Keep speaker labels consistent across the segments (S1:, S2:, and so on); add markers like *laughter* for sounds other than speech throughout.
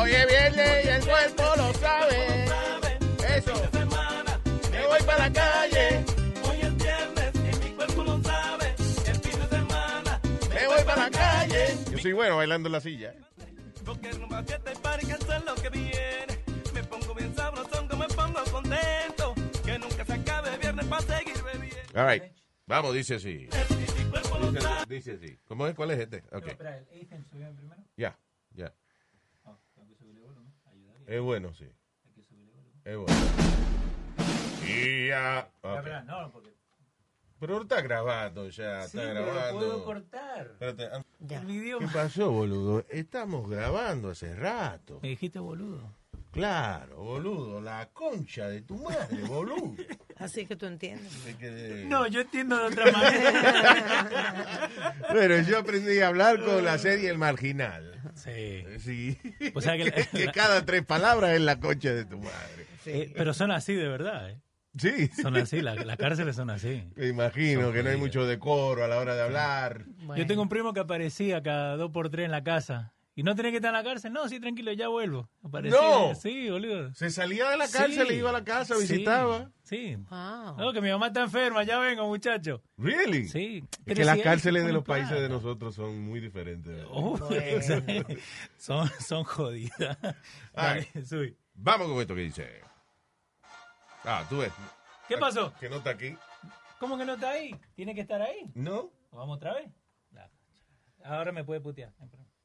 S1: Hoy es viernes y el cuerpo lo sabe. Eso. Me voy para la calle.
S2: Hoy es viernes y mi cuerpo lo sabe. El fin de semana
S1: Me voy para la calle. Yo soy bueno bailando en la silla.
S2: Porque rumba, fiesta y party, que eso es lo que viene. Me pongo bien sabrosón, que me pongo contento. Que nunca se acabe el viernes para seguir bebiendo.
S1: All right. Vamos, dice así.
S2: Y mi cuerpo lo
S1: Dice,
S2: sabe.
S1: dice así. ¿Cómo es? ¿Cuál es este? Ok.
S3: Espera, el Ethan subió en primero.
S1: Ya, ya.
S3: Ah, tengo que subirle volumen. Ayuda bien.
S1: Es bueno, sí.
S3: Hay que subirle volumen.
S1: Es bueno. Y ya.
S3: Pero,
S1: ok.
S3: espera, no, porque.
S1: Pero está grabado ya. Está
S3: Sí, pero lo puedo
S1: grabando.
S3: cortar.
S1: Espérate, ah,
S4: Ya.
S3: El
S1: ¿Qué
S3: idioma.
S1: pasó, boludo? Estamos grabando hace rato.
S3: Me dijiste boludo.
S1: Claro, boludo. La concha de tu madre, boludo.
S4: Así que tú entiendes.
S3: *laughs*
S1: Es que-
S3: No, yo entiendo de otra *laughs* manera.
S1: Pero yo aprendí a hablar con la serie El Marginal.
S3: sí.
S1: Sí.
S3: O sea que-
S1: *laughs* que cada tres palabras es la concha de tu madre.
S3: Eh, pero son así de verdad. eh.
S1: Sí.
S3: Son así, la- las cárceles son así.
S1: Me imagino que no hay mucho decoro a la hora de hablar.
S4: Bueno.
S3: Yo tengo un primo que aparecía cada dos por tres en la casa. Y no tenía que estar en la cárcel. No, sí, tranquilo, ya vuelvo. Aparecía.
S1: No.
S3: Sí, boludo.
S1: Se salía de la cárcel, e
S3: Sí.
S1: iba a la casa,
S3: Sí.
S1: visitaba.
S3: Sí.
S4: Wow.
S3: No, que mi mamá está enferma, ya vengo, muchacho.
S1: Really?
S3: Sí.
S1: Es que
S3: Pero
S1: las
S3: sí,
S1: cárceles de
S3: ponen
S1: los países de
S3: plata.
S1: nosotros son muy diferentes.
S3: Oh, *laughs* sí. son, son jodidas. Dale, subí.
S1: Vamos con esto que dice. Ah, tú ves.
S3: ¿Qué pasó?
S1: Que no está aquí.
S3: ¿Cómo que no está ahí? ¿Tiene que estar ahí?
S1: ¿No?
S3: ¿Vamos otra vez? La- Ahora me puede putear.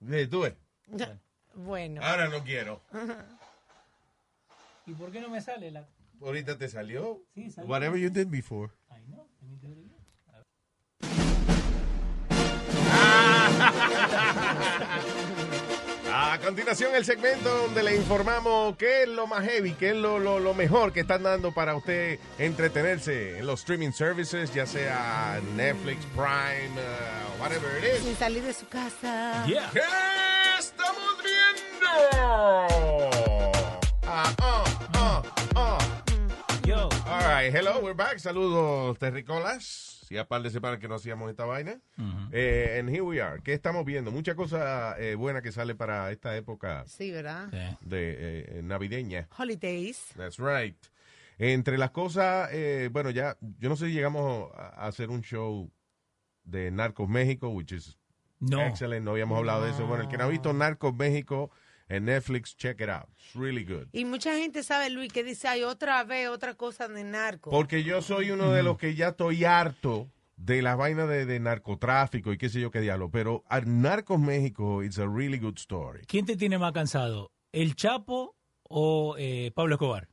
S1: Eh, Tú ves.
S4: Ya. Bueno.
S1: Ahora no quiero.
S3: ¿Y por qué no me sale la...?
S1: Ahorita te salió.
S3: Sí, salió.
S1: Whatever you did before.
S3: Ay, no. let me do it again.
S1: A continuación el segmento donde le informamos qué es lo más heavy, qué es lo, lo- lo mejor que están dando para usted entretenerse en los streaming services, ya sea Netflix, Prime, uh, whatever it is.
S4: Sin salir de su casa.
S3: Yeah.
S1: ¿Qué estamos viendo? Ah, ah, ah, ah.
S3: Yo.
S1: All right, hello, we're back. Saludos, terricolas. Y apártese para que no hacíamos esta vaina. Eh, and here we are. ¿Qué estamos viendo? Mucha cosa eh, buena que sale para esta época
S4: Sí, ¿verdad?
S3: Sí.
S1: de eh, eh, navideña.
S4: Holidays.
S1: That's right. Entre las cosas, eh, bueno, ya, yo no sé si llegamos a a hacer un show de Narcos México, which is
S3: No.
S1: excellent. No habíamos hablado de eso. Bueno, el que no ha visto Narcos México en Netflix, check it out. It's really good.
S4: Y mucha gente sabe, Luis, que dice, hay otra vez, otra cosa de narco.
S1: Porque yo soy uno de los que ya estoy harto de las vainas de, de narcotráfico y qué sé yo qué diablo. Pero a Narcos México, it's a really good story.
S3: ¿Quién te tiene más cansado? ¿El Chapo o eh, Pablo Escobar?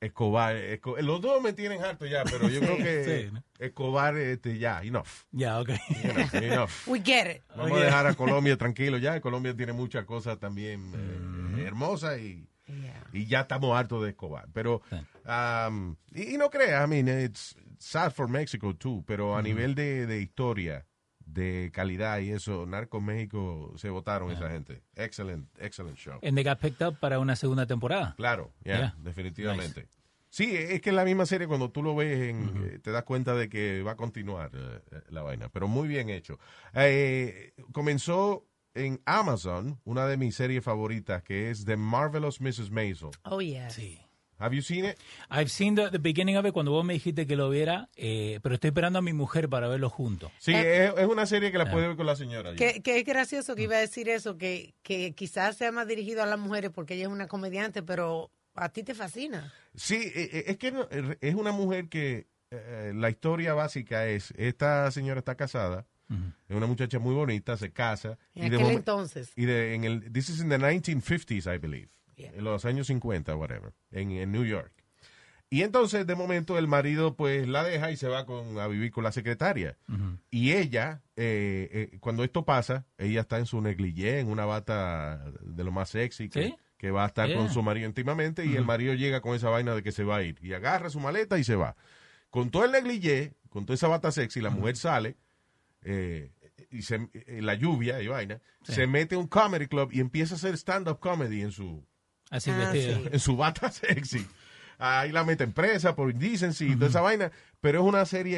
S1: Escobar, Esco- los dos me tienen harto ya, pero yo creo que
S3: *laughs* Sí, ¿no?
S1: Escobar, este, ya, enough.
S3: Ya, ok. *laughs*
S1: Enough, enough.
S4: We get it.
S1: Vamos a dejar a Colombia tranquilo ya. Colombia tiene muchas cosas también eh, hermosas y,
S4: Yeah.
S1: y ya estamos hartos de Escobar. Pero,
S3: Sí.
S1: um, y, y no creas, I mean, it's sad for Mexico too, pero a nivel de, de historia, de calidad y eso, Narcos México se votaron esa gente. Excellent, excellent show.
S3: En The Got Picked Up para una segunda temporada.
S1: Claro, yeah,
S3: Yeah.
S1: definitivamente. Sí, es que es la misma serie cuando tú lo ves, en- eh, te das cuenta de que va a continuar eh, eh, la vaina, pero muy bien hecho. Eh, comenzó en Amazon, una de mis series favoritas, que es The Marvelous Mrs. Maisel.
S4: Oh, yes.
S3: Sí.
S1: Have you seen it?
S3: I've seen the, the beginning of it cuando vos me dijiste que lo viera, eh, pero estoy esperando a mi mujer para verlo juntos.
S1: Sí, es, es una serie que la puede ver con la señora. ya.
S4: Eh, Que, que es gracioso que iba a decir eso, que, que quizás sea más dirigido a las mujeres porque ella es una comediante, pero a ti te fascina.
S1: Sí, eh, eh, es que no- eh, es una mujer que eh, la historia básica es, esta señora está casada, es una muchacha muy bonita, se casa.
S4: En
S1: y de
S4: aquel
S1: momen-
S4: entonces.
S1: *laughs* Y de, en el, this is in the 1950s, I believe.
S4: Yeah.
S1: En los años 50, whatever, en, en New York. Y entonces, de momento, el marido pues la deja y se va con, a vivir con la secretaria. Y ella, eh, eh, cuando esto pasa, ella está en su negligé, en una bata de lo más sexy que,
S3: ¿Sí?
S1: que va a estar
S3: Yeah.
S1: con su marido íntimamente. Y el marido llega con esa vaina de que se va a ir. Y agarra su maleta y se va. Con todo el negligé, con toda esa bata sexy, la mujer sale eh, y se, eh, la lluvia y vaina, se mete a un comedy club y empieza a hacer stand-up comedy en su,
S3: Así
S4: Ah,
S3: vestido.
S4: sí.
S1: en su bata *laughs* sexy. Ahí la mete presa por indecency y toda esa vaina. Pero es una serie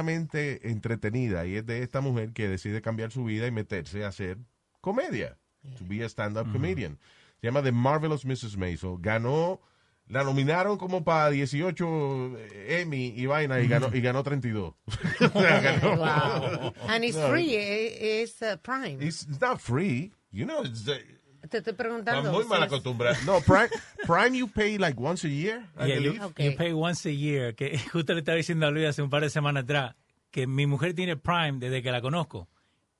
S1: extremadamente entretenida y es de esta mujer que decide cambiar su vida y meterse a hacer comedia. To be a stand-up comedian. Se llama The Marvelous Mrs. Maisel. Ganó, la nominaron como para 18 Emmy y vaina y ganó, y ganó 32. *laughs* O sea, ganó-
S4: Wow. And it's
S1: No.
S4: free, eh, it's uh, prime.
S1: It's not free. You know, it's the-
S4: Te estoy preguntando.
S1: está muy
S4: si
S1: mal
S4: es-
S1: acostumbrada. No, Prime, Prime you pay like once a year, I
S3: Yeah,
S1: believe.
S3: you,
S4: Ok.
S3: you pay once a year. Que *laughs* justo le estaba diciendo a Luis hace un par de semanas atrás que mi mujer tiene Prime desde que la conozco.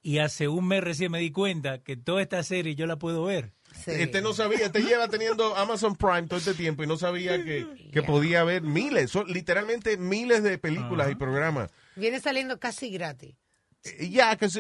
S3: Y hace un mes recién me di cuenta que toda esta serie yo la puedo ver.
S4: Sí.
S1: Este no sabía, este lleva teniendo Amazon Prime todo este tiempo y no sabía que, que podía haber miles, son literalmente miles de películas y programas.
S4: Viene saliendo casi gratis
S1: Eh, Yeah, because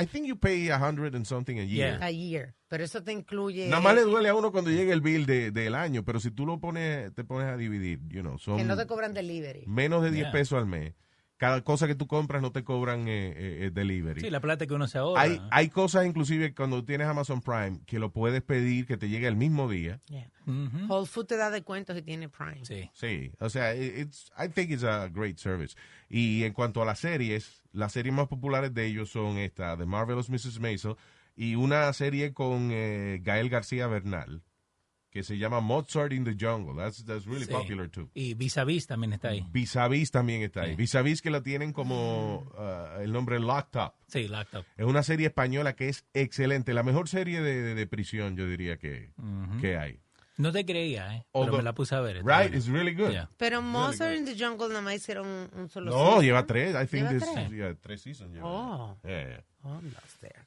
S1: I think you pay a hundred and something a year.
S4: a year. Pero eso te incluye.
S1: Nada más le duele a uno cuando llega el bill de- del año, pero si tú lo pones, te pones a dividir, you know, son
S4: Que no te cobran delivery.
S1: menos de 10
S3: Yeah.
S1: pesos al mes. Cada cosa que tú compras no te cobran eh, eh, eh, delivery.
S3: Sí, la plata que uno se ahorra.
S1: hay, hay cosas inclusive cuando tienes Amazon Prime que lo puedes pedir que te llegue el mismo día.
S4: Yeah.
S3: Ujú.
S4: Whole Foods te da descuentos y tiene Prime.
S3: Mm-hmm. Sí.
S1: Sí, o sea, i- it's, I think it's a great service. Y en cuanto a las series, las series más populares de ellos son esta, The Marvelous Mrs. Maisel, y una serie con eh, Gael García Bernal, que se llama Mozart in the Jungle. That's, that's really
S3: Sí.
S1: popular too.
S3: Y vis a vis también está ahí.
S1: Vis a Vis también está ahí.
S3: Sí. Mm.
S1: Vis a Vis que la tienen como uh, el nombre Locked Up.
S3: Sí, laptop.
S1: Es una serie española que es excelente, la mejor serie de, de- de prisión, yo diría que,
S3: Ujú.
S1: que hay.
S3: No te creía, ¿eh?
S1: Although-
S3: pero me la puse a ver. Mm. está
S1: Oh, Right,
S3: buena.
S1: it's really good.
S3: Yeah.
S4: Pero Monster
S1: good.
S4: in the Jungle nada más hicieron un, un solo.
S1: No,
S4: season.
S1: lleva tres. I think
S4: Lleva
S1: this-
S4: tres.
S1: yeah, tres seasons. lleva.
S4: Oh.
S1: Yeah, yeah.
S4: Oh, I'm lost there.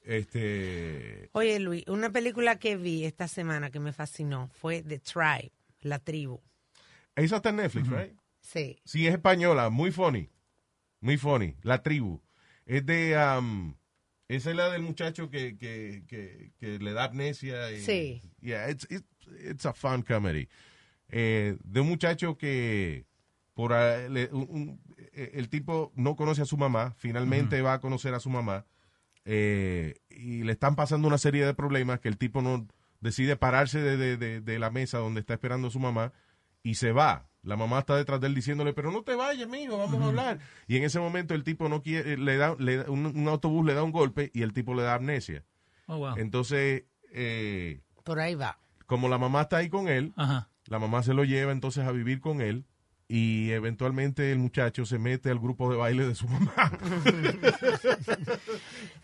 S1: Este.
S4: Oye, Luis, una película que vi esta semana que me fascinó fue The Tribe, La Tribu.
S1: Esa está en Netflix, right?
S4: Sí.
S1: Sí, es española. Muy funny. Muy funny. La tribu. Es de. um, esa es la del muchacho que, que, que, que le da amnesia. y-
S4: Sí.
S1: Yeah, it's, it's, it's a fun comedy. Eh, de un muchacho que. Por, ah, le- un- un- eh, el tipo no conoce a su mamá, finalmente va a conocer a su mamá. eh, y le están pasando una serie de problemas que el tipo no decide pararse de, de- de- de la mesa donde está esperando su mamá y se va. La mamá está detrás de él diciéndole, pero no te vayas, amigo, vamos a hablar. Y en ese momento el tipo no quiere, le da, le da- un, un autobús le da un golpe y el tipo le da amnesia.
S3: Oh,
S4: Ah.
S3: wow.
S1: Entonces, eh,
S4: Por ahí va.
S1: como la mamá está ahí con él,
S3: Ajá.
S1: la mamá se lo lleva entonces a vivir con él y eventualmente el muchacho se mete al grupo de baile de su *laughs* mamá.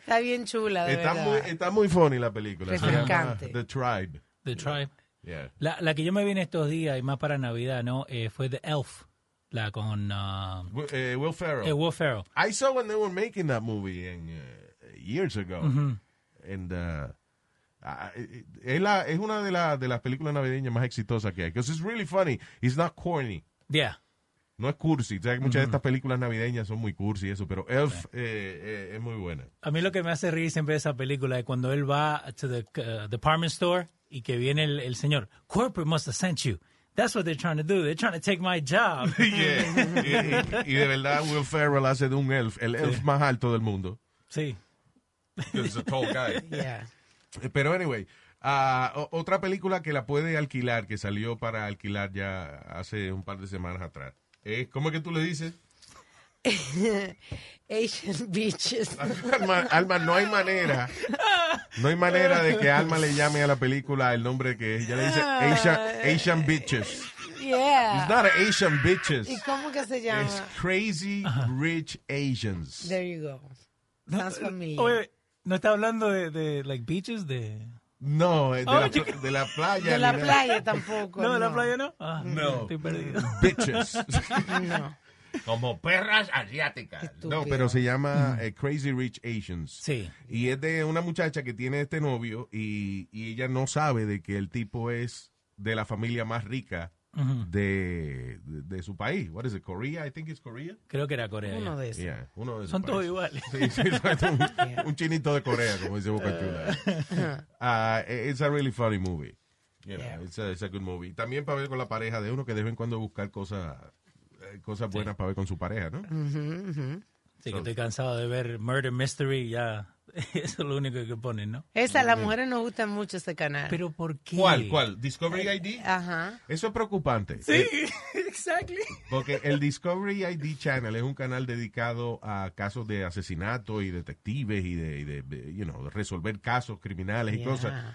S4: Está bien chula, de
S1: está, muy,
S4: verdad.
S1: está muy funny la película. Se llama
S4: Refrescante.
S1: The Tribe.
S3: The Tribe.
S1: Yeah.
S3: La, la que yo me vi en estos días, y más para Navidad, ¿no? Eh, fue The Elf. La con... ah,
S1: Wi- eh, Will Ferrell.
S3: eh, Will Ferrell.
S1: I saw when they were making that movie in, uh, years ago. And, uh, ah, eh, eh, es, la- es una de, la- de las películas navideñas más exitosas que hay. Because it's really funny. It's not corny.
S3: Yeah.
S1: No es cursi. O sea, que muchas de estas películas navideñas son muy cursi y eso. Pero Elf eh, eh, es muy buena.
S3: A mí lo que me hace reír siempre de esa película es cuando él va to the uh, department store y que viene el, el señor. Corporate must have sent you. That's what they're trying to do. They're trying to take my job.
S1: *laughs* Yeah. y, y- y de verdad, Will Ferrell hace de un elf, el elf más alto del mundo.
S3: Sí.
S1: He's a tall guy.
S4: Yeah.
S1: Eh, Pero anyway, ah, o- otra película que la puede alquilar, que salió para alquilar ya hace un par de semanas atrás. Eh, ¿Cómo es que tú le dices?
S4: Asian
S1: *laughs*
S4: *laughs* Beaches.
S1: Alma, Alma, no hay manera. No hay manera de que Alma le llame a la película el nombre que es. Ella le dice Asian, Asian Bitches. It's
S4: Yeah.
S1: not Asian Bitches.
S4: ¿Y cómo que se llama?
S1: It's Crazy Rich Asians.
S4: There you go. Sounds familiar.
S3: Oye, ¿no está hablando de, de like, beaches? De...
S1: No, es de,
S3: Oh,
S1: la,
S3: yo-
S1: pla- de la playa.
S4: de la
S1: ni nada.
S4: playa tampoco.
S3: No, de la playa no. Ah,
S1: No. Mm.
S3: Estoy perdido.
S4: *laughs*
S1: Bitches.
S4: No.
S1: Como perras asiáticas. No,
S4: Estúpido.
S1: pero se llama eh, Crazy Rich Asians.
S3: Sí.
S1: Y es de una muchacha que tiene este novio y, y ella no sabe de que el tipo es de la familia más rica
S3: Ujú.
S1: de, de, de su país. What is it? Korea? I think it's Korea.
S3: Creo que era Corea.
S4: Uno
S3: ya.
S4: de esos.
S1: Yeah, uno de esos
S3: Son todos
S1: países.
S3: iguales.
S1: Sí, sí,
S3: *laughs*
S1: exacto. un, un chinito de Corea, como dice Boca Chula.
S3: Uh.
S1: *laughs* Ah, it's a really funny movie. You know,
S4: Yeah.
S1: it's, a, it's a good movie. También para ver con la pareja de uno que de vez en cuando buscar cosas eh, cosas buenas para ver con su pareja, ¿no?
S4: Ujú, ujú.
S3: Sí, que estoy cansado de ver Murder Mystery. Ya. *laughs* Eso es lo único que ponen, ¿no?
S4: Esa, a las mujeres nos gusta mucho ese canal.
S3: Pero ¿por qué?
S1: ¿Cuál? ¿Cuál? ¿Discovery ID?
S4: Ajá.
S1: Eso es preocupante.
S3: Eh, Sí, *laughs* exactly.
S1: Porque el Discovery ID Channel es un canal dedicado a casos de asesinato y detectives y de, y de, you know, resolver casos criminales y
S4: Yeah.
S1: cosas.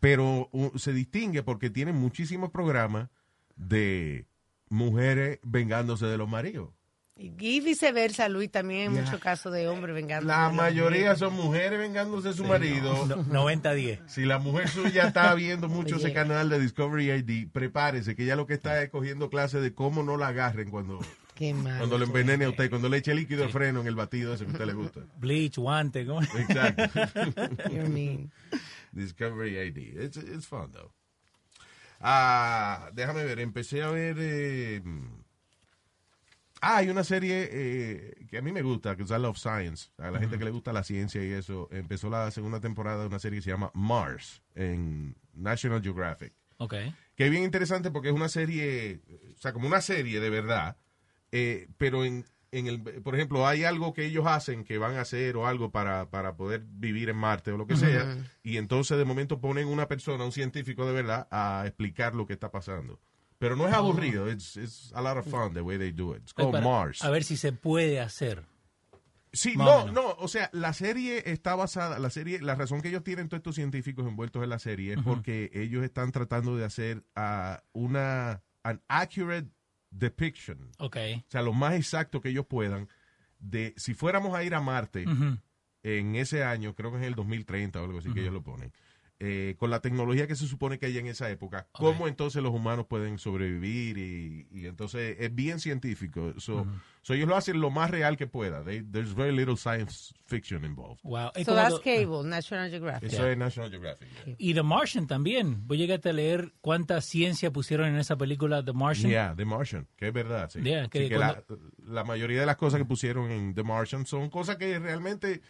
S1: pero uh, se distingue porque tiene muchísimos programas de mujeres vengándose de los maridos.
S4: Y, y viceversa, Luis, también hay
S1: Ya.
S4: muchos casos de hombres vengando.
S1: La mayoría son mujeres vengándose de su marido.
S3: No- 90-10.
S1: Si la mujer suya está viendo mucho ese
S4: Oye.
S1: canal de Discovery ID, prepárese que ella lo que está es cogiendo clases de cómo no la agarren cuando,
S4: Qué mal.
S1: cuando le envenene a usted, cuando le eche líquido de freno en el batido ese que a usted le gusta.
S3: Bleach, guante,
S1: *laughs*
S3: ¿cómo?
S1: Exacto. *laughs*
S4: You're mean.
S1: Discovery ID. It's, it's fun, though. Ah, déjame ver, empecé a ver... eh, ah, hay una serie eh, que a mí me gusta, que es I Love Science. A la gente que le gusta la ciencia y eso. Empezó la segunda temporada de una serie que se llama Mars en National Geographic.
S3: Ok.
S1: Que es bien interesante porque es una serie, o sea, como una serie de verdad, eh, pero en, en el, por ejemplo, hay algo que ellos hacen que van a hacer o algo para, para poder vivir en Marte o lo que sea, y entonces de momento ponen una persona, un científico de verdad, a explicar lo que está pasando. Pero no es aburrido, it's, it's a lot of fun the way they do it. It's
S3: Oh. Ay,
S1: called
S3: Pues para-
S1: Oh, Mars.
S3: A ver si se puede hacer.
S1: Sí,
S3: Más o
S1: no,
S3: menos.
S1: no, o sea, la serie está basada, la serie, la razón que ellos tienen todos estos científicos envueltos en la serie es porque ellos están tratando de hacer ah, una an accurate depiction,
S3: Ok.
S1: o sea, lo más exacto que ellos puedan de si fuéramos a ir a Marte
S3: Ujú.
S1: en ese año, creo que es en el 2030 o algo así que ellos lo ponen. eh, con la tecnología que se supone que hay en esa época,
S3: Ok.
S1: ¿cómo entonces los humanos pueden sobrevivir? Y, y entonces es bien científico. So, so ellos lo hacen lo más real que pueda. They- there's very little science fiction involved.
S3: Wow. *laughs* Es
S4: So
S3: como
S4: that's
S3: do-
S4: cable, National Geographic.
S1: Eso
S3: Yeah.
S1: es National Geographic. yeah.
S3: Y The Martian también. Voy a llegar a leer cuánta ciencia pusieron en esa película The Martian.
S1: Yeah, The Martian, que es verdad. Sí.
S3: Yeah, que
S1: Sí, que la, la mayoría de las cosas que pusieron en The Martian son cosas que realmente,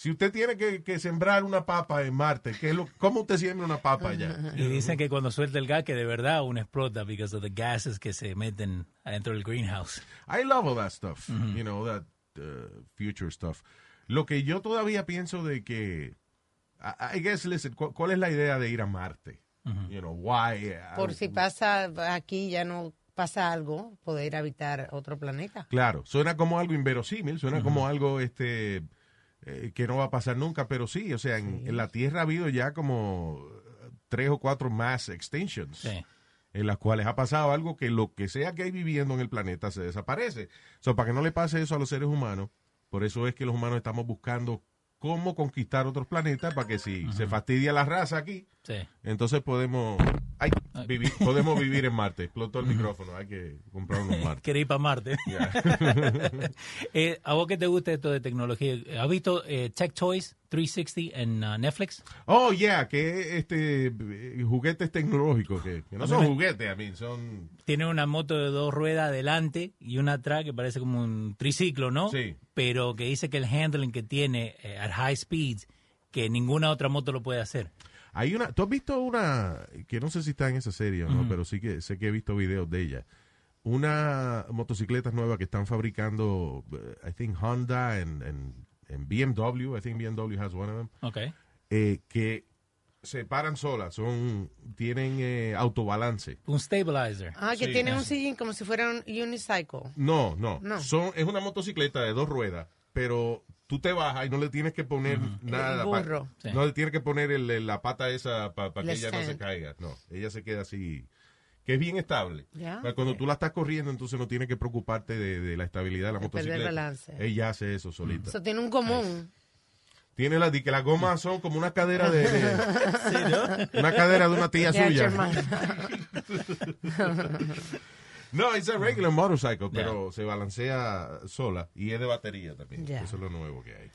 S1: si usted tiene que, que sembrar una papa en Marte, ¿qué es lo, ¿cómo usted siembra una papa allá?
S3: Y dicen que cuando suelta el gas, que de verdad uno explota because of the gases que se meten adentro del greenhouse.
S1: I love all that stuff, you know, that uh, future stuff. Lo que yo todavía pienso de que, I, I guess, listen, cu- ¿cuál es la idea de ir a Marte? You know, why? uh,
S4: Por si pasa aquí, ya no pasa algo, poder habitar otro planeta.
S1: Claro, suena como algo inverosímil, suena como algo este eh, que no va a pasar nunca, pero sí, o sea, en, en la Tierra ha habido ya como eh, tres o cuatro más extinctions.
S3: Sí.
S1: en las cuales ha pasado algo que lo que sea que hay viviendo en el planeta se desaparece. So, para que no le pase eso a los seres humanos, por eso es que los humanos estamos buscando cómo conquistar otros planetas para que si se fastidia la raza aquí,
S3: Sí.
S1: entonces podemos ay, vivir, podemos vivir en Marte. Explotó el micrófono, hay que comprar unos Marte.
S3: Quiere ir para Marte.
S1: Ya.
S3: *laughs* Eh, ¿A vos qué te gusta esto de tecnología? ¿Has visto eh, Tech Toys 360 en uh, Netflix?
S1: Oh, yeah, que este eh, juguetes tecnológicos que, que no son juguetes, a mí son
S3: Tiene una moto de dos ruedas adelante y una atrás que parece como un triciclo, ¿no?
S1: Sí.
S3: Pero que dice que el handling que tiene eh, at high speeds, que ninguna otra moto lo puede hacer.
S1: Hay una, tú has visto una, que no sé si está en esa serie o no, pero sí que sé que he visto videos de ella. Una motocicletas nueva que están fabricando, eh, I think Honda and, and- and BMW, I think BMW has one of them,
S3: Ok.
S1: eh, que se paran solas, son, tienen eh, autobalance.
S3: Un stabilizer.
S4: Ah, que
S1: Sí.
S4: tienen un sillín como si fuera un unicycle.
S1: No, no,
S4: No.
S1: Son, es una motocicleta de dos ruedas, pero tú te bajas y no le tienes que poner nada.
S4: El
S1: pa-
S4: burro.
S3: Sí.
S1: No le tienes que poner el- la pata esa para que
S4: La
S1: ella no se
S4: stand.
S1: caiga. No, ella se queda así. Que es bien estable.
S4: Ya.
S1: O sea, Cuando tú la estás corriendo, entonces no tienes que preocuparte de, de la estabilidad de la
S4: De perder
S1: motocicleta.
S4: balance.
S1: Ella hace eso solita.
S4: Eso tiene un común.
S1: Tiene la, di que las gomas son como una cadera de, de- una cadera de una tía
S4: Ya,
S1: suya.
S4: Germán.
S1: *laughs* No, es a regular motorcycle,
S3: Yeah.
S1: pero se balancea sola y es de batería también.
S4: Yeah.
S1: Eso es lo nuevo que hay.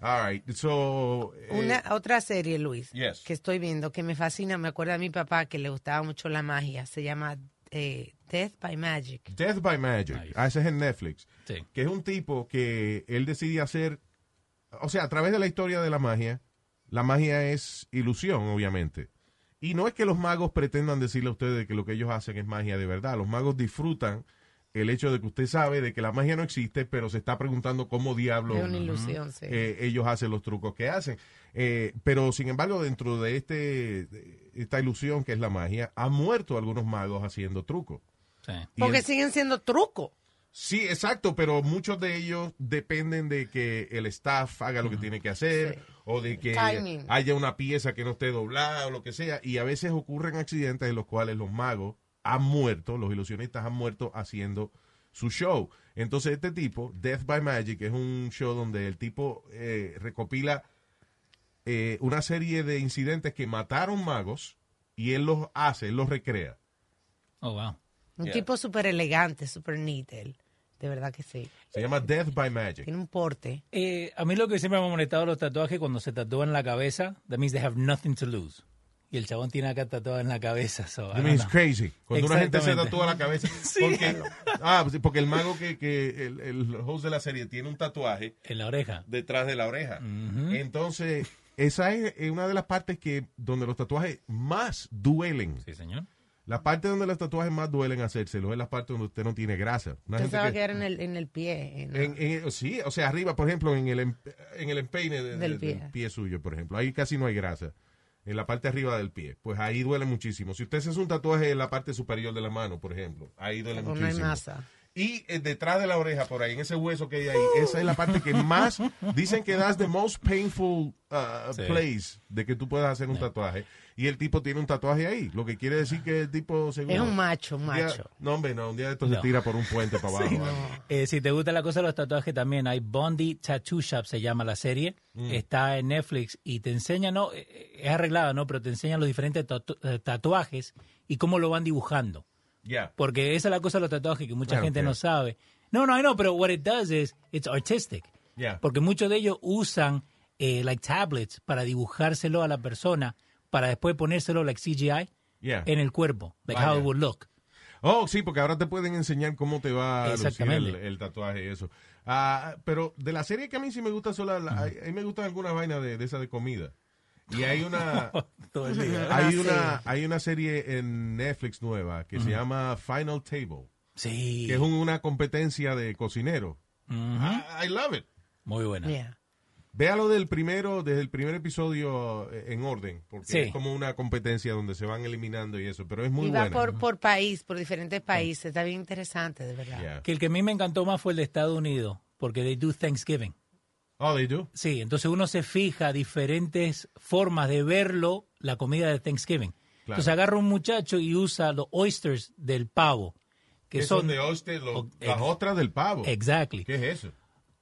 S1: All right, so eh,
S4: Una otra serie, Luis,
S1: Yes.
S4: que estoy viendo, que me fascina, me acuerda a mi papá que le gustaba mucho la magia. Se llama eh, Death by Magic.
S1: Death by Magic,
S3: Nice.
S1: ah, ese es en Netflix,
S3: Sí.
S1: que es un tipo que él decide hacer, o sea, a través de la historia de la magia, la magia es ilusión, obviamente. Y no es que los magos pretendan decirle a ustedes que lo que ellos hacen es magia de verdad. Los magos disfrutan el hecho de que usted sabe de que la magia no existe, pero se está preguntando cómo diablo
S4: Es una ilusión, sí.
S1: eh, ellos hacen los trucos que hacen. Eh, pero sin embargo, dentro de este de esta ilusión que es la magia, han muerto algunos magos haciendo trucos.
S3: Sí.
S1: Y
S4: Porque
S1: el-
S4: siguen siendo trucos.
S1: Sí, exacto, pero muchos de ellos dependen de que el staff haga lo que tiene que hacer
S4: Sí.
S1: o de que
S4: Timing.
S1: haya una pieza que no esté doblada o lo que sea. Y a veces ocurren accidentes en los cuales los magos han muerto, los ilusionistas han muerto haciendo su show. Entonces este tipo, Death by Magic, es un show donde el tipo eh, recopila eh, una serie de incidentes que mataron magos y él los hace, él los recrea.
S3: Oh, wow.
S4: Un
S2: Yeah.
S4: tipo súper elegante, súper neat él. De verdad que sí.
S1: Se llama Death by Magic.
S4: Tiene un porte.
S3: Eh, a mí lo que siempre me ha molestado de los tatuajes cuando se tatúan en la cabeza, that means they have nothing to lose. Y el chabón tiene acá tatuado en la cabeza. So, I
S1: You
S3: don't
S1: mean it's
S3: know.
S1: crazy. Cuando una gente se
S3: Exactamente.
S1: tatúa la cabeza.
S3: *laughs*
S1: Porque, ah, pues sí, porque el mago que, que el, el host de la serie tiene un tatuaje
S3: En la oreja.
S1: detrás de la oreja.
S3: Ujú.
S1: Entonces, esa es eh, una de las partes que donde los tatuajes más duelen.
S3: Sí, señor.
S1: La parte donde los tatuajes más duelen hacérselo es la parte donde usted no tiene grasa. Una
S4: Usted
S1: gente
S4: se va a
S1: que-
S4: quedar en el, en el pie. en la-
S1: en- en- sí, o sea, arriba, por ejemplo, en el, em- en el empeine de- de- del,
S4: Del pie.
S1: pie. suyo, por ejemplo. Ahí casi no hay grasa. En la parte arriba del pie. Pues ahí duele muchísimo. Si usted se hace un tatuaje en la parte superior de la mano, por ejemplo, ahí duele
S4: Porque Pues no hay
S1: muchísimo.
S4: masa.
S1: Y eh, detrás de la oreja, por ahí, en ese hueso que hay ahí, esa es la parte que más, dicen que das the most painful uh,
S3: Sí.
S1: place de que tú puedas hacer un tatuaje. Y el tipo tiene un tatuaje ahí, lo que quiere decir que el tipo seguro-
S4: Es un macho, un
S1: un día-
S4: macho.
S1: no, hombre, no, un día de esto
S3: No.
S1: se tira por un puente
S4: *laughs*
S1: para abajo. ¿vale?
S3: Eh, si te gusta la cosa de los tatuajes, también hay Bondi Tattoo Shop, se llama la serie.
S1: Mm.
S3: Está en Netflix y te enseña, no, eh, eh, es arreglada, ¿no? Pero te enseñan los diferentes tatu- eh, tatuajes y cómo lo van dibujando.
S1: Yeah.
S3: Porque esa es la cosa de los tatuajes que mucha
S1: Claro,
S3: gente
S1: claro.
S3: no sabe. No, no, I know, pero what it does is it's artistic.
S1: Yeah.
S3: Porque muchos de ellos usan eh, like tablets para dibujárselo a la persona para después ponérselo like CGI
S1: Yeah.
S3: en el cuerpo, like how
S1: Ah. Vaya.
S3: it would
S1: *laughs*
S3: look.
S1: Oh, sí, porque ahora te pueden enseñar cómo te va a lucir el,
S3: Exactamente.
S1: el tatuaje y eso. Ah, pero de la serie que a mí sí me gusta, son las- la- a mí me gustan algunas vainas de, de esa de comida.
S3: *laughs*
S1: Y hay una,
S3: Todo el día.
S1: hay
S4: Ah,
S1: una, hay una serie en Netflix nueva que se llama Final Table,
S3: Sí.
S1: que es un- una competencia de cocinero.
S3: Ujú.
S1: I, I love it.
S3: Muy buena.
S4: Yeah.
S1: Véalo del primero, desde el primer episodio eh, en orden, porque
S3: Sí.
S1: es como una competencia donde se van eliminando y eso, pero es muy
S4: y va
S1: buena.
S4: por, por país, por diferentes países. Está bien interesante, de verdad.
S1: Yeah.
S3: Que el que a mí me encantó más fue el de Estados Unidos, porque they do Thanksgiving.
S1: Oh, they do.
S3: Sí, entonces uno se fija diferentes formas de verlo la comida de Thanksgiving. Entonces agarra un muchacho y usa los oysters del pavo, que
S1: Que
S3: son...
S1: son de hoste, lo-
S3: o-
S1: las
S3: ex-
S1: ostras del pavo.
S3: Exactly.
S1: ¿Qué es eso?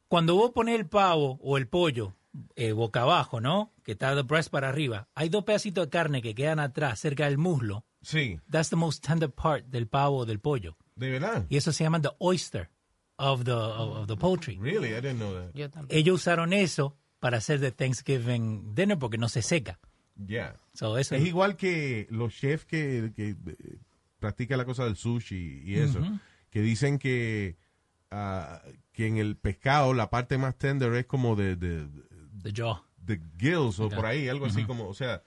S3: Cuando vos pones el pavo o el pollo eh, boca abajo, ¿no? Que está the breast para arriba. Hay dos pedacitos de carne que quedan atrás, cerca del muslo.
S1: Sí,
S3: That's the most tender part del pavo o del pollo.
S1: de verdad.
S3: Y eso se llama the oyster of the, of- of the poultry.
S1: Really, I didn't know that.
S4: Yo también.
S3: ellos usaron eso para hacer de Thanksgiving dinner porque no se seca.
S1: Yeah.
S3: So, eso,
S1: Es igual que los chefs que, que eh, practican la cosa del sushi y eso, que dicen que, ah, que en el pescado la parte más tender es como de, de,
S3: the jaw.
S1: de gills o por ahí, algo así como, o sea,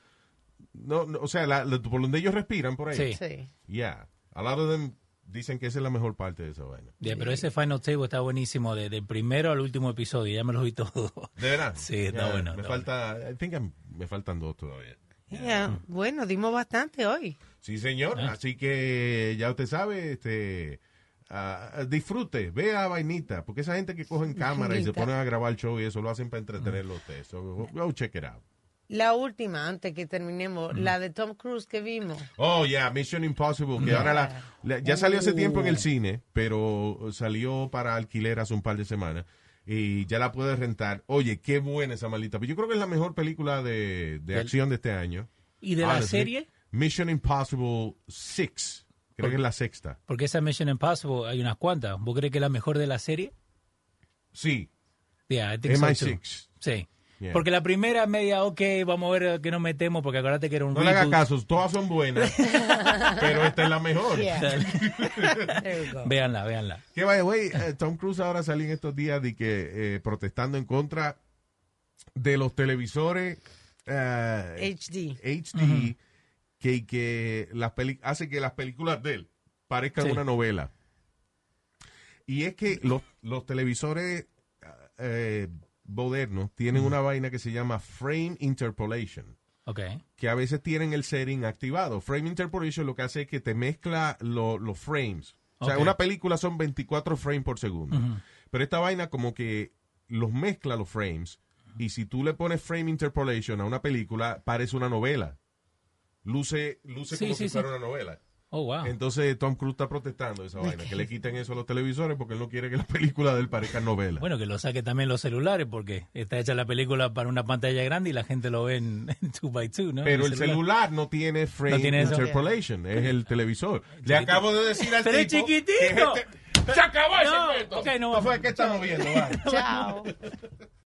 S1: no, no, o sea, la- la- por donde ellos respiran por ahí.
S3: Sí.
S4: Sí.
S1: Yeah. A lot of them dicen que esa es la mejor parte de esa vaina.
S3: Yeah, pero ese Final Table está buenísimo, de- del primero al último episodio, ya me los vi todos.
S1: De verdad.
S3: Sí, está
S1: Yeah,
S3: bueno,
S1: Me
S3: está
S1: falta, I think I'm- me faltan dos todavía.
S4: Yeah. Bueno, dimos bastante hoy.
S1: Sí, señor.
S3: Ah.
S1: Así que ya usted sabe, este, ah, disfrute, vea vainita, porque esa gente que cogen cámara y se
S4: Vainita.
S1: ponen a grabar show y eso lo hacen para entretenerlo a ustedes. So, go, go check it out.
S4: La última, antes que terminemos, la de Tom Cruise que vimos.
S1: Oh, yeah, Mission Impossible, que ahora la, la- ya salió hace tiempo en el cine, pero salió para alquiler hace un par de semanas y ya la puedes rentar. Oye, qué buena esa malita. Yo creo que es la mejor película de, de acción de este año.
S3: *laughs* ¿Y de la
S1: Honestly,
S3: serie?
S1: Mission Impossible 6. Creo que es la sexta.
S3: Porque esa Mission Impossible hay unas cuantas. ¿Vos crees que es la mejor de la serie?
S1: Sí,
S3: Yeah, I think so, too.
S1: MI6.
S3: Sí.
S1: Yeah.
S3: Porque la primera media, ok, vamos a ver qué nos metemos, porque acuérdate que era un
S1: No le hagas
S3: reboot. *laughs*
S1: caso, todas son buenas, pero esta es la mejor.
S4: Yeah. *laughs* There we go.
S3: Véanla, véanla.
S1: Que by the way, eh, Tom Cruise ahora salió en estos días de que eh, protestando en contra de los televisores eh,
S4: HD.
S1: HD que, que las peli- hace que las películas de él parezcan
S3: Sí.
S1: una novela. Y es que los, los televisores eh, modernos tienen una vaina que se llama frame interpolation.
S3: Ok.
S1: que a veces tienen el setting activado. Frame Interpolation lo que hace es que te mezcla lo- los frames O sea,
S3: Ok.
S1: una película son 24 frames por segundo.
S3: Ujú.
S1: Pero esta vaina como que los mezcla los frames. Y si tú le pones frame interpolation a una película, parece una novela. Luce, luce
S3: Sí,
S1: como
S3: sí,
S1: si
S3: sí.
S1: fuera una novela.
S3: Oh, wow.
S1: Entonces Tom Cruise está protestando de esa vaina, que le quiten eso a los televisores porque él no quiere que las películas de él parezcan novela.
S3: Bueno, que lo saque también los celulares, porque está hecha la película para una pantalla grande y la gente lo ve en *laughs* 2x2, ¿no?
S1: Pero
S3: En
S1: el celular no tiene frame
S3: No tiene eso.
S1: interpolation, es el televisor. Le acabo de decir al
S3: Pero es
S1: tipo
S3: chiquitito.
S1: que este- ¡Se acabó
S3: No,
S1: ese cuento!
S3: ok, no
S1: Esto
S3: vamos.
S1: fue que estamos viendo, vale.
S4: Chao.